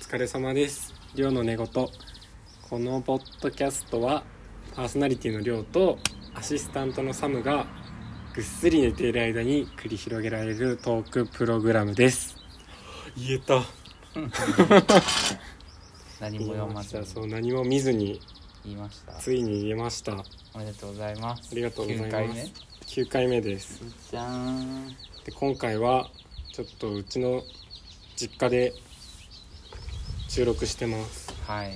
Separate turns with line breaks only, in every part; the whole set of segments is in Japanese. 疲れ様です。りょうの寝言。このポッドキャストは、パーソナリティのりょうと、アシスタントのサムが、ぐっすり寝ている間に繰り広げられるトークプログラムです。言えた。言
何も
え
読ま
まし
ず
た。
に
そう、何も見ずに、
言いました
ついに言えました。
おめでとうございます
ありがとうございます
9回目
9回目です。
じゃーん
で今回はちょっとうちの実家で収録してます
はい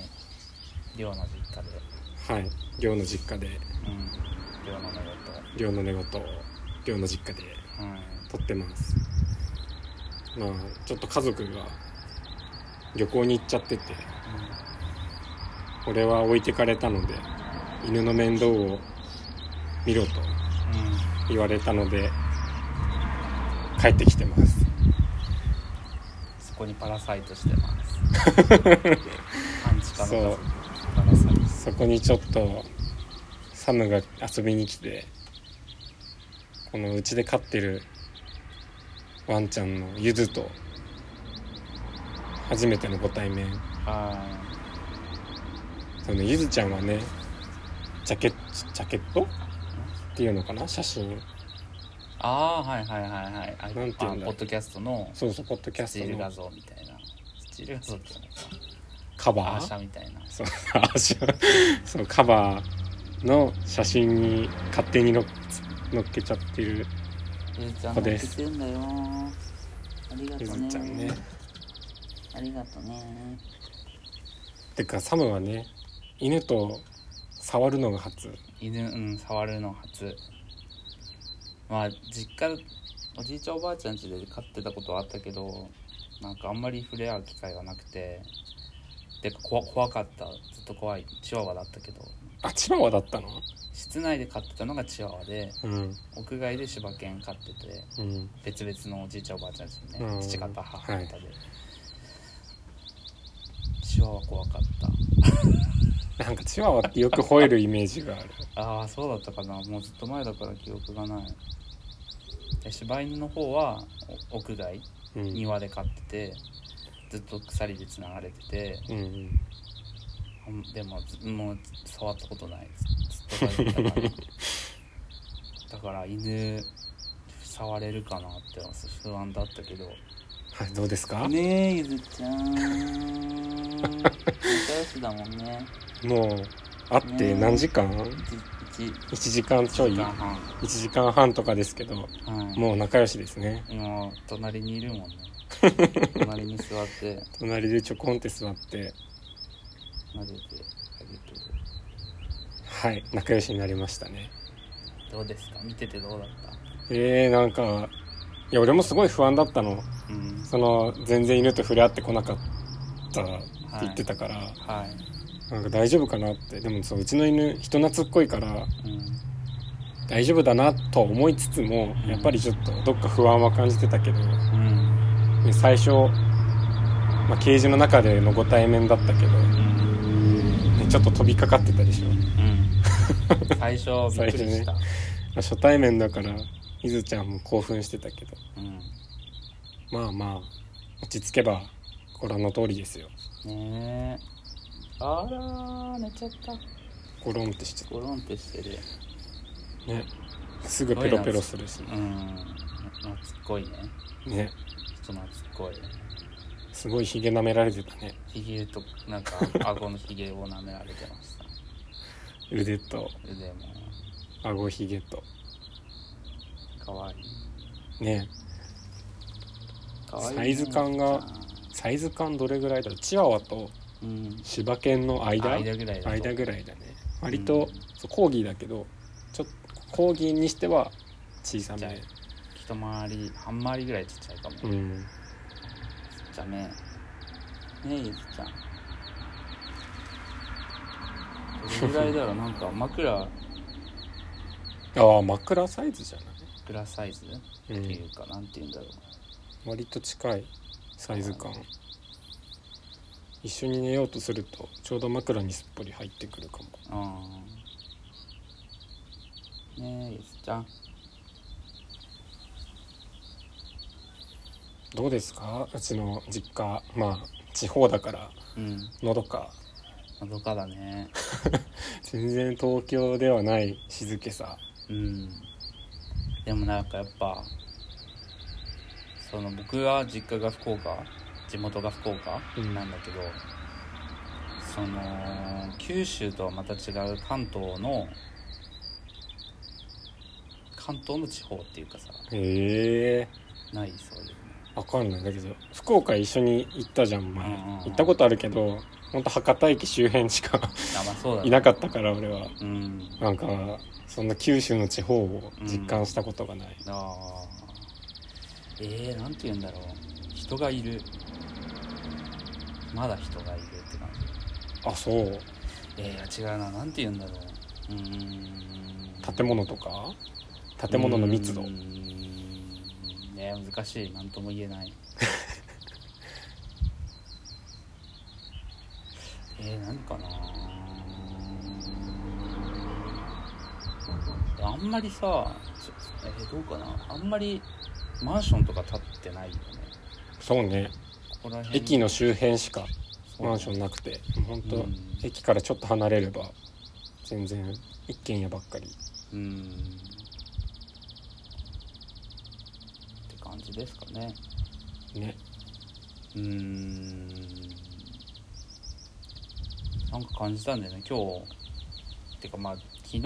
寮の実家で
はい寮の実家で
うん寮の寝言
寮の寝言を寮の実家で
うん
撮ってますまあちょっと家族が旅行に行っちゃってて俺は置いてかれたので犬の面倒を見ろと言われたので帰ってきてます
そこにパラサイトしてます 半地
そ
下の家
う
族パラサイト
そこにちょっとサムが遊びに来てこのうちで飼ってるワンちゃんのゆずと初めてのご対面
あ
そのゆずちゃんはねジャケットジャケットっていうのかな写真
ーあーはいはいはいはいあ
なんていうんだ
あポッドキャストの
そうそうポッドキャ
スチ
ス
ール
ト
画
の
像みたいなスチール画像ってなんか
カ
ア
バ
ーシ
ー
ャみたいな
そうアーシャそうカバーの写真に勝手にのっのっけちゃってる
ゆずちゃん
ここ
も
で
来
す
てるんだよありがと
ゆ
う
ず
ね
ちゃんね。
ありがとうね
てかサムはね犬と触るのが初
犬うん触るの初まあ実家おじいちゃんおばあちゃん家で飼ってたことはあったけどなんかあんまり触れ合う機会がなくてでこわ怖かったずっと怖いチワワだったけど
あチワワだったの
室内で飼ってたのがチワワで
うん
屋外で柴犬飼ってて
うん
別々のおじいちゃんおばあちゃん家で
うん
ね父方母方で、
は
チワワ怖かった
なんかチワワってよく吠えるイメージがある
ああそうだったかなもうずっと前だから記憶がないで柴犬の方はお屋外
うん
庭で飼っててずっと鎖でつながれてて
うんうん
うんでもずもう触ったことないずずっと飼ってたから だから犬触れるかなって不安だったけど
はいどうですか、
ねえゆずち ゃん仲良しだもんね
もう会って何時間、
1
1時間ちょい
時間
1
半
時間半とかですけど
はい
もう仲良しですね
今隣にいるもんね隣に座って
隣でちょこんって座って
撫でてあげてる
はい仲良しになりましたね
どうですか見ててどうだっ
えー、なんかいや俺もすごい不安だったの
たうん
その全然犬と触れ合ってこなかったって言ってたから、
は
なんか大丈夫かなってでもそううちの犬人懐っこいから
い、うん、
大丈夫だなと思いつつも
うん
やっぱりちょっとどっか不安は感じてたけど、ね
うん
最初、まあ、ケージの中でのご対面だったけど、ね
うん
ちょっと飛びかかってたでしょ、ま
うん最初びっくりした、
あ初対面だからゆずちゃんも興奮してたけどまあまあ落ち着けばご覧の通りですよ
うんねえあらー寝ちゃった
ゴロンってしちゃ
ゴロンってしてる
ってねすぐペロペロするし
うん懐っこいね
ね
人懐っこい
すごいひげ舐められてたね
ひげとなんか顎のひげを舐められてました
腕と
腕も
顎ひげと
かわいい
ね
かわいいね
サイズ感がサイズ感どれぐらいだろうチワワと
うん
柴犬の間間
間ぐらいだと
ぐらいだね割と、そうコーギーだけどちょっとコーギーにしては小さ
ちっちゃ
め
い一回り半回りぐらいちっちゃいかも、
う
ちっ
ん
ちゃめねえゆずちゃんどれぐらいだろうなんか枕
ああ枕サイズじゃな
枕サイズって
い、う
い
ん、
うか、なんて言うんだろう
割と近いサイズ感一緒に寝ようとするとちょうど枕にすっぽり入ってくるかも
あーねえゆずちゃん
どうですかうちの実家まあ地方だから
うん
のどか
のどかだね
全然東京ではない静けさ
うんでもなんかやっぱその僕は実家が福岡地元が福岡
うん
なんだけど、その九州とはまた違う関東の関東の地方っていうかさ
へえ
ないそういう
わかんないんだけど福岡一緒に行ったじゃん前
うんうんうん
行ったことあるけどほんと博多駅周辺し か
あまあそうだ
い
ね
なかったから俺は
うん
なんかそんな九州の地方を実感したことがない、
あーえー、なんて言うんだろう人がいるまだ人がいるって感じ
あそう
えー、違うななんて言うんだろううーん
建物とか建物の密度
うーんね難しい何とも言えない えー、何かなあんまりさちょえーどうかなあんまりマンションとか建ってないよね
そうね
ここら辺
駅の周辺しか
そう
マンションなくてほんと、
うん
駅からちょっと離れれば全然一軒家ばっかり
うんって感じですかね
ね
うーんなんか感じたんだよね今日てかまあ昨日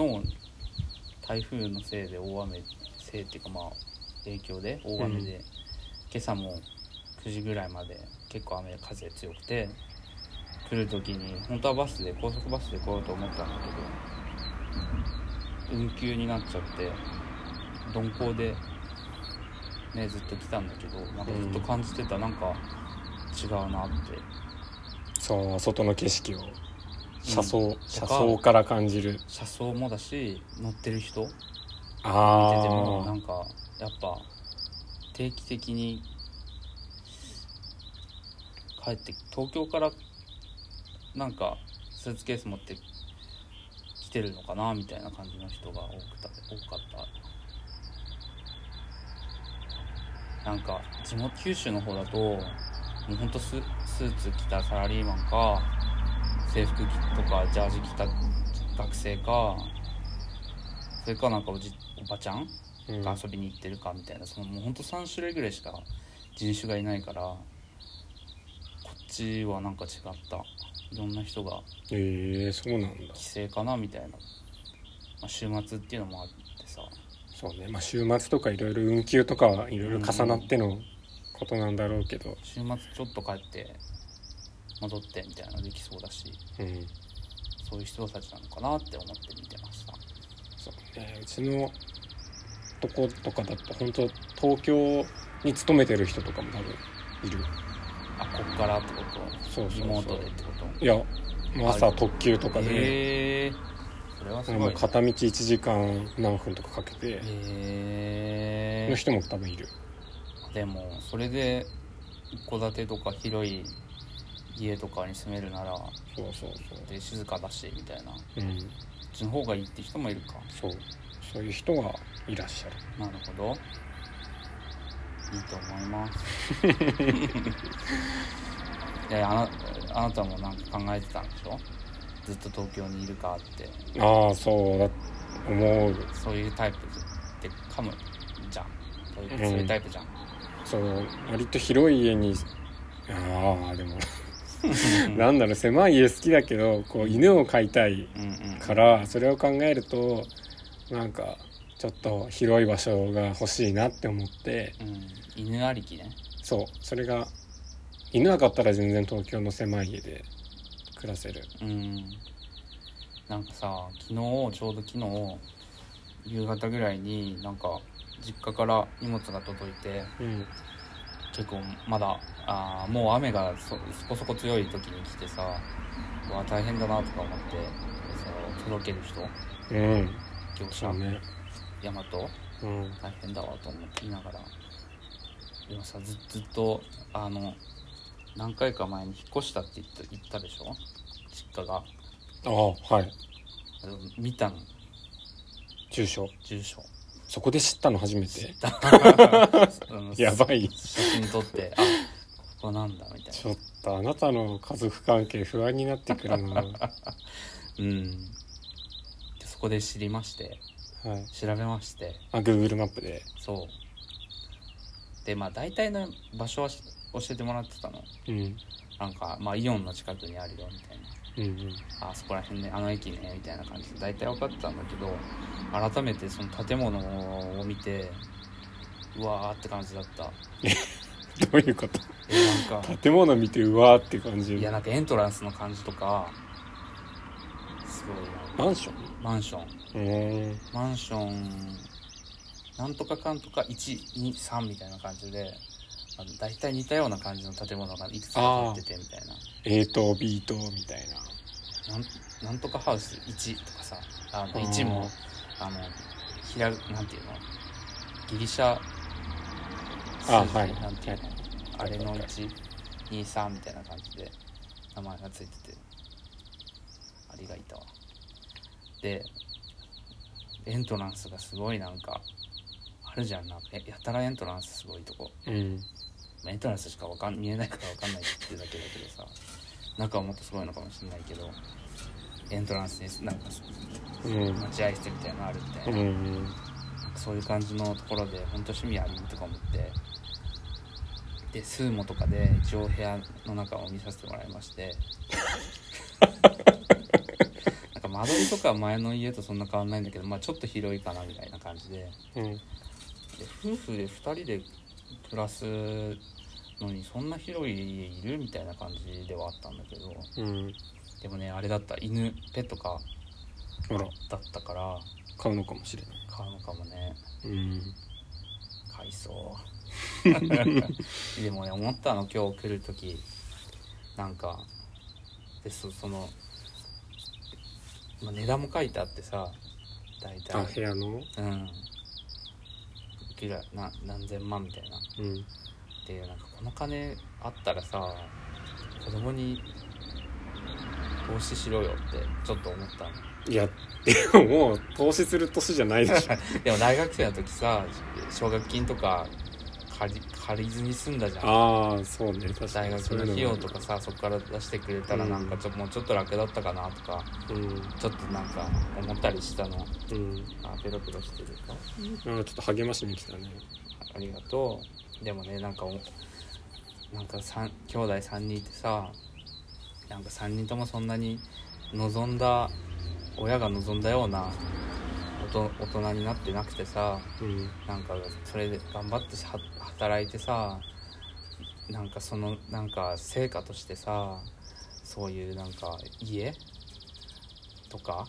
台風のせいで大雨せいっていうかまあ影響で大雨で、
う
今朝も9時ぐらいまで結構雨風強くて来る時に本当はバスで高速バスで来ようと思ったんだけど運休になっちゃって鈍行でねずっと来たんだけどなんかずっと感じてた、なんか違うなって
そう外の景色を車窓、車
とか
窓から感じる
車窓もだし乗ってる人見ててもな
あ
んかやっぱ定期的に帰って東京からなんかスーツケース持って来てるのかなみたいな感じの人が多くた多かったなんか地元九州の方だともうほんとススーツ着たサラリーマンか制服着とかジャージ着た学生かそれかなんかおじおばちゃん
ー、うん
が遊びに行ってるかみたいなそのもうほんと3種類ぐらいしか人種がいないからこっちはなんか違ったいろんな人が
えー、そうなんだ
帰省かなみたいな、まあ、週末っていうのもあってさ
そうねまあ週末とかいろいろ運休とかはいろいろ重なってのことなんだろうけど
週末ちょっと帰って戻ってみたいなのできそうだし
うん
そういう人たちなのかなって思って見てました
そうねうちのとことかだと本当東京に勤めてる人とかも多分いる
あこっからってこと
そうそうそう
リモートでってこと
いやもう朝特急とかで、
へえそれはす
も
ご
う
いね
片道1時間何分とかかけて
へ
の
え
人も多分いる
でもそれで一戸建てとか広い家とかに住めるなら
そうそうそ
で静かだしみたいなこ
ううん
っちの方がいいって人もいるか
そうそういう人がいらっしゃる
なるほどいいと思いますいやあなあなたもなんか考えてたんでしょずっと東京にいるかって
ああそうだ思う
そういうタイプでかむじゃんそういう,、
うん
そういうタイプじゃん
そう割と広い家にああでもなんだろう狭い家好きだけどこう犬を飼いたい
うんうん
からそれを考えるとなんかちょっと広い場所が欲しいなって思って
うん犬ありきね
そうそれが犬なかったら全然東京の狭い家で暮らせる
うんなんかさ昨日ちょうど昨日夕方ぐらいになんか実家から荷物が届いて
うん
結構まだあーもう雨がそそこそこ強い時に来てさうわ大変だなとか思ってその届ける人
うん
業
そ
者
うね
大和
うん
大変だわと思って言いながらでもさずずっとあの何回か前に引っ越したって言った言ったでしょ実家が
ああはい
あの見たの
住所
住所
そこで知ったの初め てや
い
ばい
写真撮ってあここなんだみたい
ちょっとあなたの家族関係不安になってく るなは
なうんでそこで知りまして
い
調べまして
あ Google マップで
そうでまあ大体の場所はし教えてもらってたの
うん
なんかまあイオンの近くにあるよみたい
うんうん
なあそこら辺ねあの駅ねみたいな感じで大体分かってたんだけど改めてその建物を見てうわーって感じだった
どういうこと
えなんか
建物見てうわーって感じ
いやなんかエントランスの感じとかすごいな
マンション
マンション
へ
マンションなんとかかんとか123みたいな感じであの大体似たような感じの建物がいくつか建っててみたいな
え A 棟 B 棟みたいな
なんなんとかハウス1とかさあの
うん
1もあのひらなんていうのギリシャ数字
あはい
なんていうのあ
はい
れの
はいはい
123みたいな感じで名前がついててありがいたわでエントランスがすごいなんかあるじゃんなんかえやたらエントランスすごいとこ
うん
まあエントランスしかわかん見えないからわかんないっていうだけだけどさ中はもっとすごいのかもしれないけどエントランスになんか
うん
待合室みたいなのあるみたいな
う、ん
そういう感じのところで本当趣味ありとか思ってでスーモとかで一応部屋の中を見させてもらいましてなんか間取りとかは前の家とそんな変わんないんだけど、まあ、ちょっと広いかなみたいな感じで
うん
で夫婦で2人で暮らすのにそんな広い家いるみたいな感じではあったんだけど
うん
でもねあれだった犬ペットか
ほら
だったから
買うのかもしれない
買うのかもね
うん
買いそう でもね思ったの今日来る時なんかでそその、まあ値段も書いてあってさ大
あ
体
部屋の
うんいくらな何千万みたいな
うん
でなんかこの金あったらさ子供に投資しろよってちょっと思ったの
いやでももう投資する年じゃないでしょ
でも大学生の時さ奨学金とか借り借りずに済んだじゃん
ああそうね確か
大
に
学
そう
の
いうの
費
もあ
用
る
とかさそこから出してくれたらなんかちょ、もうちょっと楽だったかなとかちょっとなんか思ったりしたの
うんうん
あペロペロしてるか
ああちょっと励ましに来たね
ありがとうでもねなんかおなんか三兄弟3人いてさなんか3人ともそんなに望んだ親が望んだようなおと大人になってなくてさ
うん
なんかそれで頑張っては働いてさなんかそのなんか成果としてさそういうなんか家とか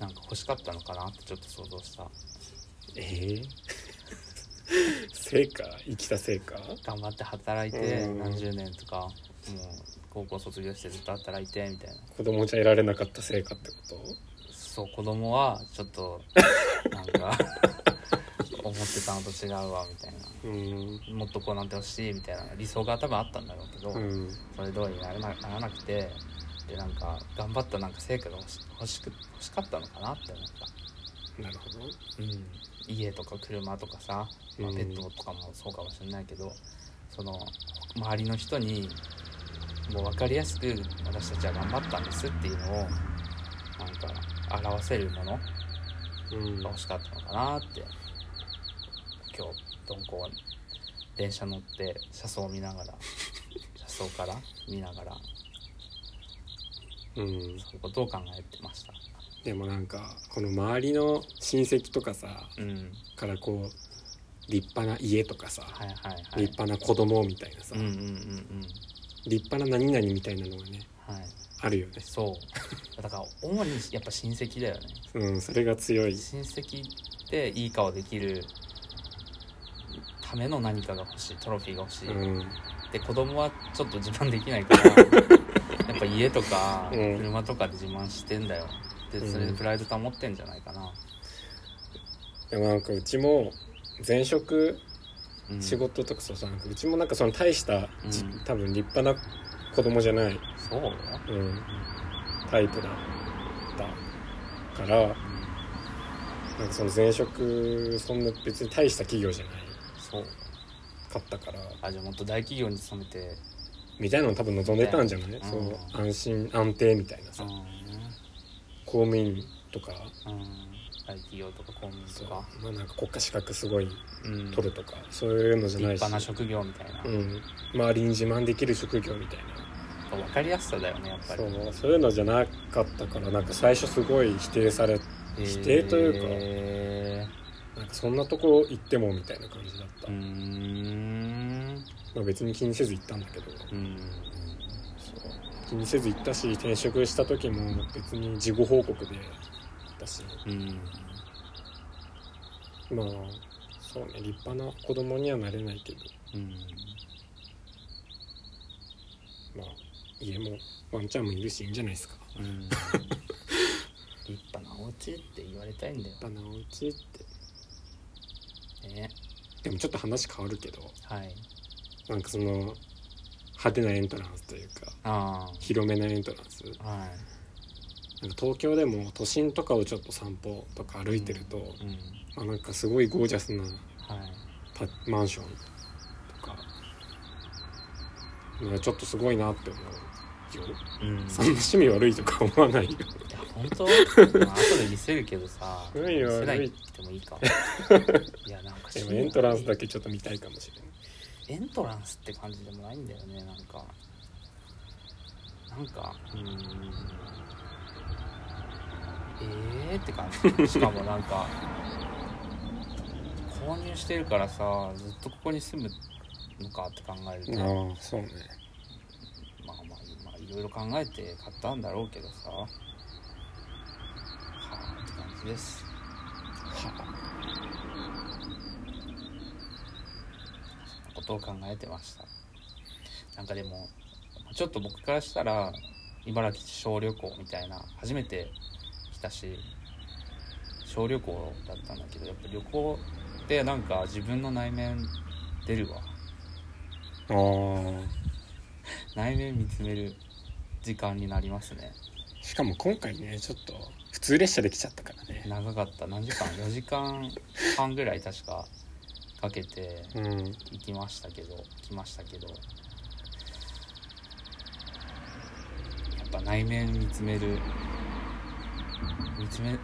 なんか欲しかったのかなってちょっと想像した
ええ成果生きた成果
頑張って働いて
うん
何十年とかもう高校卒業してずっと働いてみたいな
子供じゃ得られなかった成果ってこ
そう子供はちょっとなんか 思ってたのと違うわみたいな
とうん
もっとこうなってほしいみたいな理想が多分あったんだろうけど、
うん
それ通りにならなならなくてでなんか頑張ったなんか成果が欲し欲しく欲しかったのかなって思っ
なるほど
た、うん、家とか車とかさ、まあ、
うん
ペットとかもそうかもしれないけど、その周りの人にもう分かりやすく私たちは頑張ったんですっていうのをなんか表せるものが
うん
欲しかったのかなって今日鈍行電車乗って車窓を見ながら車窓から見ながら
うん
そういうことを考えてました。
でもなんかこの周りの親戚とかさ
うん。
からこう立派な家とかさ、
はいはいはい。
立派な子供みたいなさ、
うんうんうんうん。
立派な何々みたいなのがね
はい。
あるよね
そう。だ から主にやっぱ親戚だよね。
うんそれが強い
親戚でいい顔できるための何かが欲しい、トロフィーが欲しい。
うん
で子供はちょっと自慢できない から、やっぱ家とか
うん
車とかで自慢してんだよ。でそれでプライド保ってんじゃないかな。
でもなんかうちも前職
うん、
仕事とかそうさなんかうちもなんかその大した、じ
うん
多分立派な子供じゃない、
そうよ。
うん、タイプだったから
う
なんかその前職そんな別に大した企業じゃない
そう
かったから
あじゃあもっと大企業に勤めて
みたいなの多分望んでたんじゃない、
ん
そう安心安定みたいな
う
さ、
ん
公務員とか
うん大企業とか公務員
そ
と
う
か
まあなんか国家資格すごい
うん
取るとか、そういうのじ
立
ゃないし
派な職業みたいな、
うん、周りに自慢できる職業みたいな
分かりやすさだよねやっぱり
そうそういうのじゃなかったからなんか最初すごい否定され
へー
否定というか
う
なんかそんなとこ行ってもみたいな感じだった、
ーん
まあ、別に気にせず行ったんだけど
うん
気にせず行ったし転職した時も別に事後報告でだし
うん
まあそうね立派な子供にはなれないけど
うん
まあ家もワンちゃんもいるしいいんじゃないですか
うん立派なお家って言われたいんだよ
立派なお家って
ね
でもちょっと話変わるけど
はい
なんかその派手なエントランスというか
あ
広めなエントランス
あはい
なんか東京でも都心とかをちょっと散歩とか歩いてると、
うんうん
まあ、なんかすごいゴージャスな
はい
たマンションとかなんかちょっとすごいなって思うよ
うん
そんな趣味悪いとか思わないよ
いや本当まあ後で見せるけどさ
う
見
んいいよ
せないってもいいかいやなんか
でもエントランスだ
け
けちょっと見たいかもしれない
エントランスって感じでもないんだよねなんかなんかうーんえーって感じしかもなんか購入してるからさずっとここに住むのかって考えると
ああそうね
まあまあまあいろいろ考えて買ったんだろうけどさはあって感じです
は
ことを考えてましたなんかでもちょっと僕からしたら茨城小旅行みたいな初めて来たし小旅行だったんだけどやっぱ旅行ってなんか自分の内面出るわ
ああ
内面見つめる時間になりますね
しかも今回ねちょっと普通列車で来ちゃったからね
長かった何時間4時間半ぐらい確かかけて
うん
行きましたけど来ましたけどやっぱ内面見つめる見つめ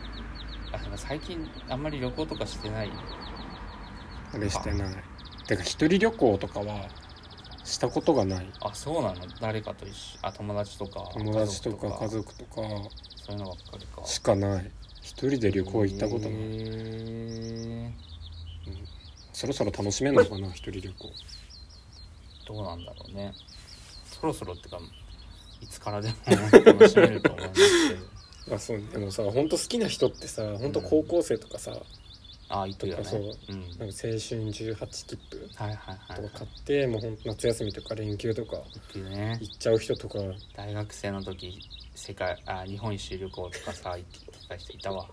あなんか最近あんまり旅行とかしてない
あれしてないてか一人旅行とかはしたことがない
あそうなの誰かと一緒あ友達とか
友達とか家
家族
族とか
そういうのばっかりか
しかない一人で旅行行ったことない、
へー
そろそろ楽しめんのかな一人旅行
どうなんだろうねそろそろってかいつからでも楽しめると思いますけど
あそうでもさ本当好きな人ってさ本当高校生とかさ、
あ言ってるよね
そう
うん
なんか青春18切符
はいはいはい
とか買ってもう本当夏休みとか連休とか
言ってるね
行っちゃう人とか
大学生の時世界あ日本一周旅行とかさ行ってた人いたわ、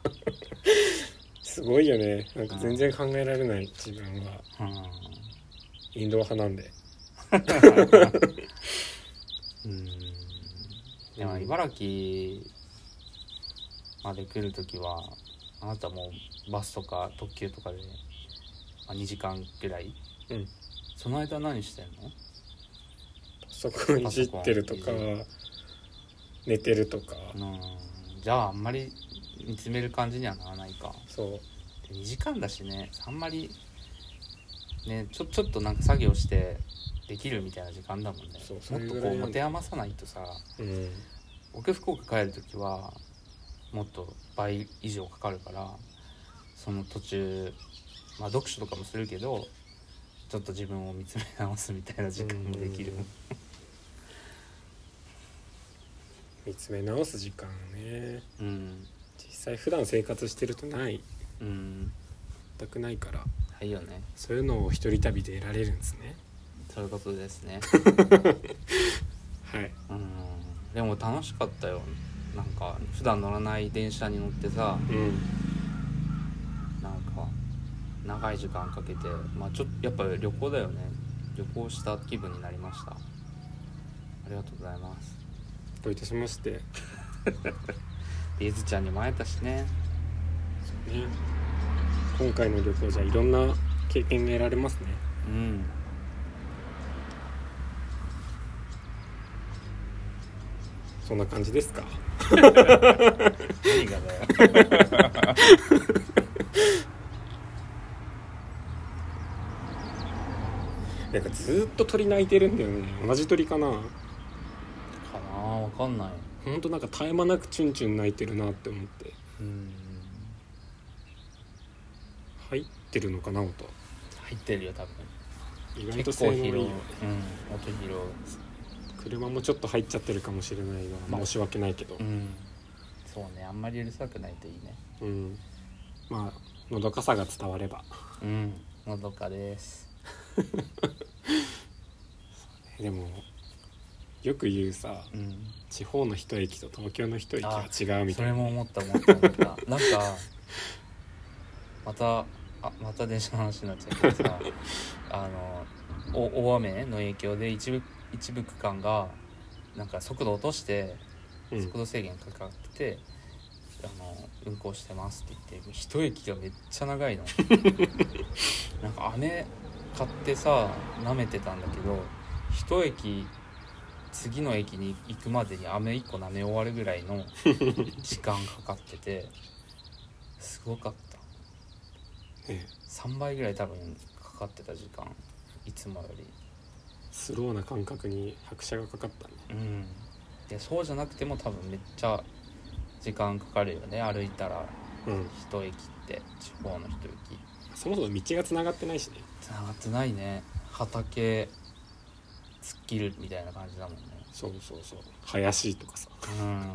すごいよねなんか全然考えられない自分は
うん、
インドア派なんで
うんでも茨城まで来る時はあなたもうバスとか特急とかで、まあ、2時間ぐらい
うん
その間何してんの
そこいじってるとか
パソコン
寝てるとか
うんじゃああんまり見つめる感じにはならないか
そう
で2時間だしねあんまりねちょちょっとなんか作業してできるみたいな時間だもんね
そうそ
も
れ
っと
ぐ
こ
らいうなんだ
持て余さないとさ
うん
僕福岡帰る時はもっと倍以上かかるからその途中まあ読書とかもするけどちょっと自分を見つめ直すみたいな時間もできる
うん見つめ直す時間ね
うん
実際普段生活してるとない
うん
全くないから
はいよね
そういうのを一人旅で得られるんですね
そういうことですね
はい
うんでも楽しかったよなんか普段乗らない電車に乗ってさ
うん
なんか長い時間かけてまあちょっとやっぱ旅行だよね旅行した気分になりましたありがとうございます
どういたしましてね
でゆずちゃんにも会えたしね
今回の旅行じゃいろんな経験が得られますね
うん
そんな感じですか
何がだよ
なんかずーっと鳥鳴いてるんだよね同じ鳥かな
かなあわかんない
ほんとなんか絶え間なくチュンチュン鳴いてるなって思って
うん
入ってるのかな音
入ってるよ多分
意外と
結
性
構
能い
広い
いよ
うん
ね
音広
車もちょっと入っちゃってるかもしれないが
まあ
申し訳ないけど
いうんそうねあんまりうるさくないといいね
うんまあのどかさが伝われば
うんのどかです
でもよく言うさ
うん
地方の一駅と東京の一駅は違うみ
そ
たい
れ
な
も思った思った思ったなんかまたあまた電車の話になっちゃう けどさあのお大雨の影響で一部一部区間がなんか速度落として
うん
速度制限かかってて、あの運行してますって言って一駅がめっちゃ長いのなんか飴買ってさ舐めてたんだけど一駅次の駅に行くまでに飴1個舐め終わるぐらいの時間かかっててすごかった
ね
3倍ぐらい多分かかってた時間いつもより
スローな感覚に拍車がかかったね
うんでそうじゃなくても多分めっちゃ時間かかるよね歩いたら
うん
一駅って地方の一駅
そもそも道がつながってないしね
つながってないね畑突っ切るみたいな感じだもんね
そうそうそう林とかさ
うん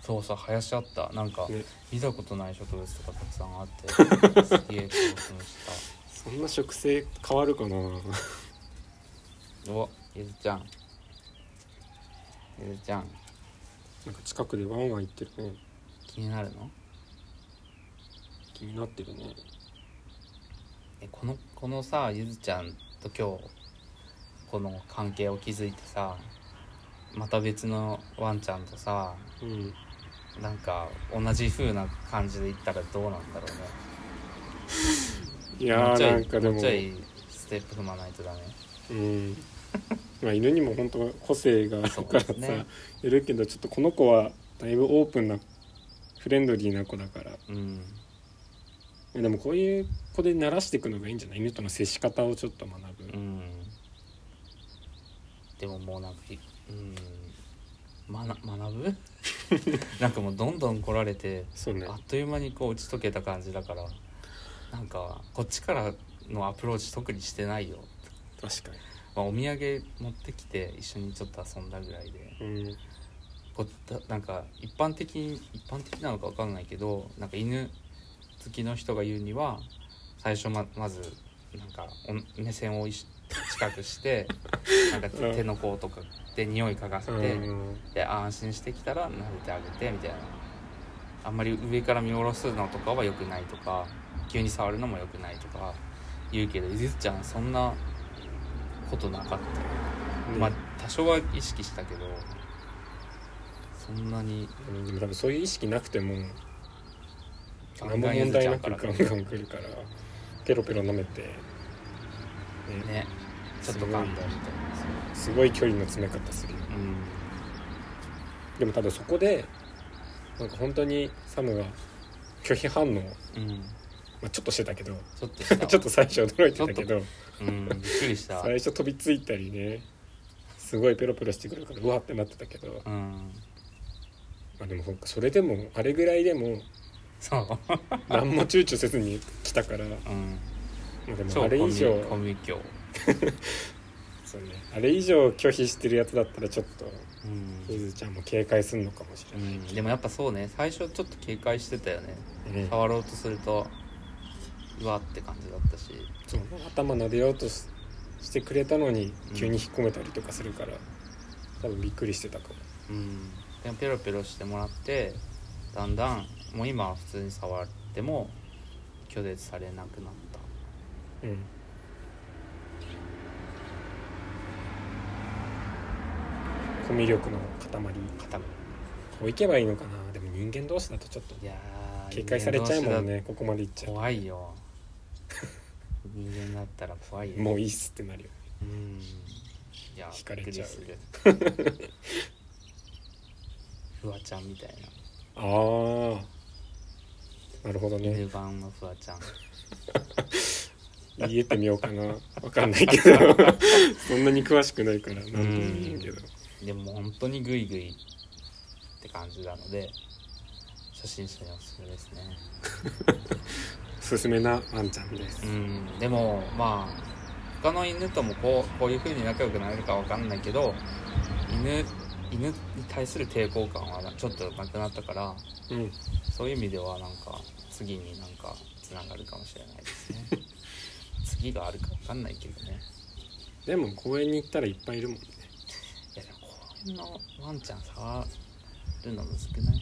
そうそう林あったなんか、
ね
見たことない植物とかたくさんあ ってすげえ興奮し
そんな植生変わるかな
たおゆずちゃんゆずちゃん
なんか近くでワンワン行ってるね
気になるの
気になってるね
えこのこのさゆずちゃんと今日この関係を築いてさまた別のワンちゃんとさ
うん
なんか同じ風な感じでいったらどうなんだろうね
いや
うちょい
ーなんかで
う
も
ちょいステップ踏まないとダメ
うんまあ犬にも本当個性があるから
そ
さ、
うですね
いるけどちょっとこの子はだいぶオープンなフレンドリーな子だから
うん
えでもこういう子で慣らしていくのがいいんじゃない犬との接し方をちょっと学ぶ、
うんでももうなんかひうんまな学ぶ なんかもうどんどん来られて
そうね
あっという間にこう打ち解けた感じだからなんかこっちからのアプローチ特にしてないよ、
確か
まあ、お土産持ってきて一緒にちょっと遊んだぐらいで
にうん
こだなんか一般的に一般的なのか分かんないけどなんか犬好きの人が言うには最初ままずなんかお目線をいし近くして なんか
うん
手の甲とかで匂い嗅がせて、
うん
で安心してきたら撫でてあげてみたいなあんまり上から見下ろすのとかは良くないとか急に触るのも良くないとか言うけどゆずちゃんそんなことなかった。まあ
ね
多少は意識したけどそんなに
うんでも多分そういう意識なくても
考
何も
え
問
ずち
題
ゃ
な
うか
く
ら
ガ
ね
ンガン来るからペロペロ舐めて、ね
ねちょっと噛んだみたいな
すごい距離の詰め方するよ
うん
でもただそこでなんか本当にサムが拒否反応、ま
うん
あ、ちょっとしてたけど
ちょっとした
ちょっと最初驚いてたけ
ち
ど
うんびっくりした
最初飛びついたりねすごいペロペロしてくるからうわってなってたけど、
うん
まあ、でもそっかそれでもあれぐらいでも
そう
何も躊躇せずに来たから、ま
うん
あ、でも
超コ
あれ
ミ
以上
コミュ強
そう、ね、あれ以上拒否してるやつだったらちょっと
うん
ゆずちゃんも警戒するのかもし
う
れない、
んでもやっぱそうね最初ちょっと警戒してたよね
うん
触ろうとするとうわって感じだったし
そう頭撫でようとししてくれたのに急に引っ込めたりとかするから、多分びっくりしてたかも
うん、でもペロペロしてもらってだんだんもう今は普通に触っても拒絶されなくなった
うんコミュ力の塊
固め
こういけばいいのかなでも人間同士だとちょっと
いややー
警戒されちゃうもんねここまでいっちゃ
怖 いよ人間だったら怖いうよ
もういいっすってなるよ
うんいや
惹かれちゃう
びっくりするフワちゃんみたいな
あーなるほどね
犬版のフワちゃん
言えてみようかなわかんないけど そんなに詳しくないからなんとも言えんけど
でも本当にグイグイって感じなので初心者におすすめですね
おすすめなワンちゃんです
うんでもまあ他の犬ともこうこういう風に仲良くなれるかわかんないけど犬犬に対する抵抗感はちょっとなくなったから
うん
そういう意味ではなんか次になんかつながるかもしれないで すね次があるかわかんないけどね
でも公園に行ったらいっぱいいるもんね
いやでも公園のワンちゃん触るの難くない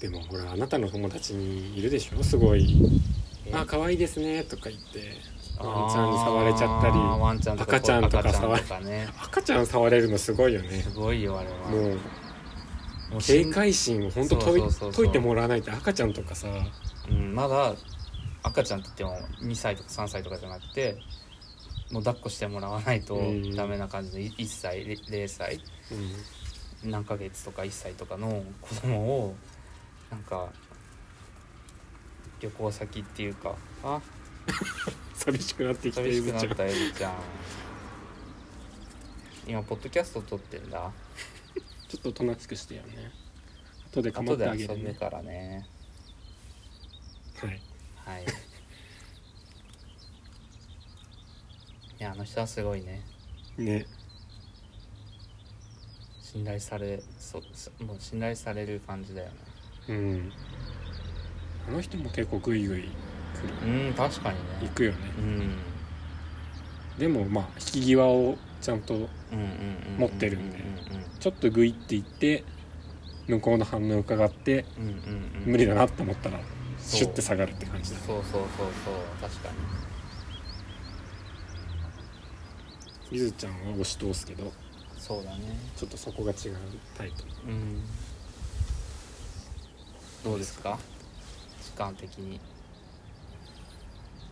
でもほらあなたの友達にいるでしょすごい「あ可愛いですね」とか言ってワンちゃんに触れちゃったり
あーワンちゃんとか
赤ちゃんとか触る
赤ちゃんとかね
赤ちゃん触れるのすごいよね
すごいよあれは
もう
もう
警
信
戒心を本当
そう
解い
そうそうそう
解いてもらわないと赤ちゃんとかさ
うん、まだ赤ちゃんって言っても2歳とか3歳とかじゃなくてもう抱っこしてもらわないと
うん
ダメな感じのい1歳れ0歳
うん
何ヶ月とか1歳とかの子供をなんか旅行先っていうかあ
寂しくなってきて
寂しく
る
なっ
ちゃん
たエビちゃん今ポッドキャスト撮ってんだ
ちょっとおとなしくしてよね後で構
後
って
で
あげ
遊
る
ぶ
ね
からね
はい
はいいやあの人はすごいね
ね
信頼されそうそもう信頼される感じだよね
うんあの人も結構グイグイ
うん確かに
行
ね
くよね
うんうん
でもまあ引き際をちゃんと
うんうんうん
持ってるんで
うん
ちょっとグイって言って向こうの反応を伺って
うんうんうんうん
無理だなと思ったら
そう
シュッて下がるって感じ
そう
だ
そうそうそう確かに
ゆずちゃんは押し通すけど
そうだね
ちょっとそこが違うタイプ
うんどうですか時間的に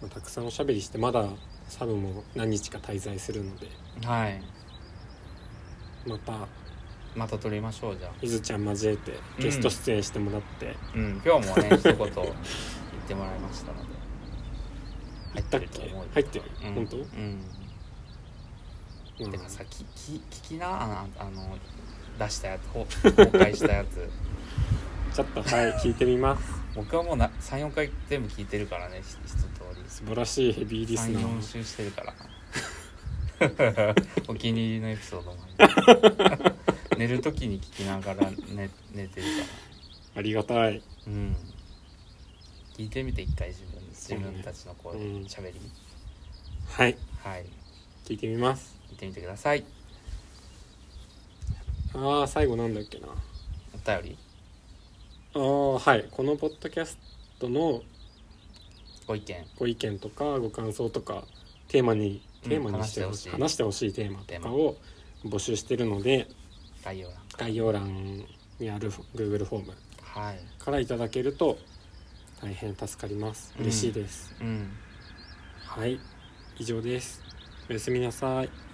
まあたくさんおしゃべりしてまだサブも何日か滞在するので
はい
また
また撮りましょうじゃあ
ゆずちゃん交えてゲスト出演してもらって、
うん今日も ね一言言ってもらいましたので
言ったっけ
と思うよ
入ってる
うん、
本当
うん
ま
てか
あ
さきき聞きなあのあの出したやつほ崩壊したやつ
ちょっとはい聞いてみます
僕はもうな34回全部聞いてるからねひ一通
素晴らしいヘビー
り
リスナ
34
ー
周してるから お気に入りのエピソードもある寝る時に聞きながら寝寝てるか
ありがたい
らうん聞いてみて一回自分
そ
自
うね
分たちの声で
うん
喋り、
はい
はい
聞いてみます
聞いてみてください
ああ最後なんだっけな
お便り
ああはいこのポッドキャストの
ご意見
ご意見とかご感想とかテーマに
うん
テーマにしてほしい、
話
話してほしいテーマとかを募集してるので
概要欄
概要欄にある Google フォーム
はい
からいただけると大変助かります
うん
嬉しいです、
うん
はい以上ですおやすみなさい
お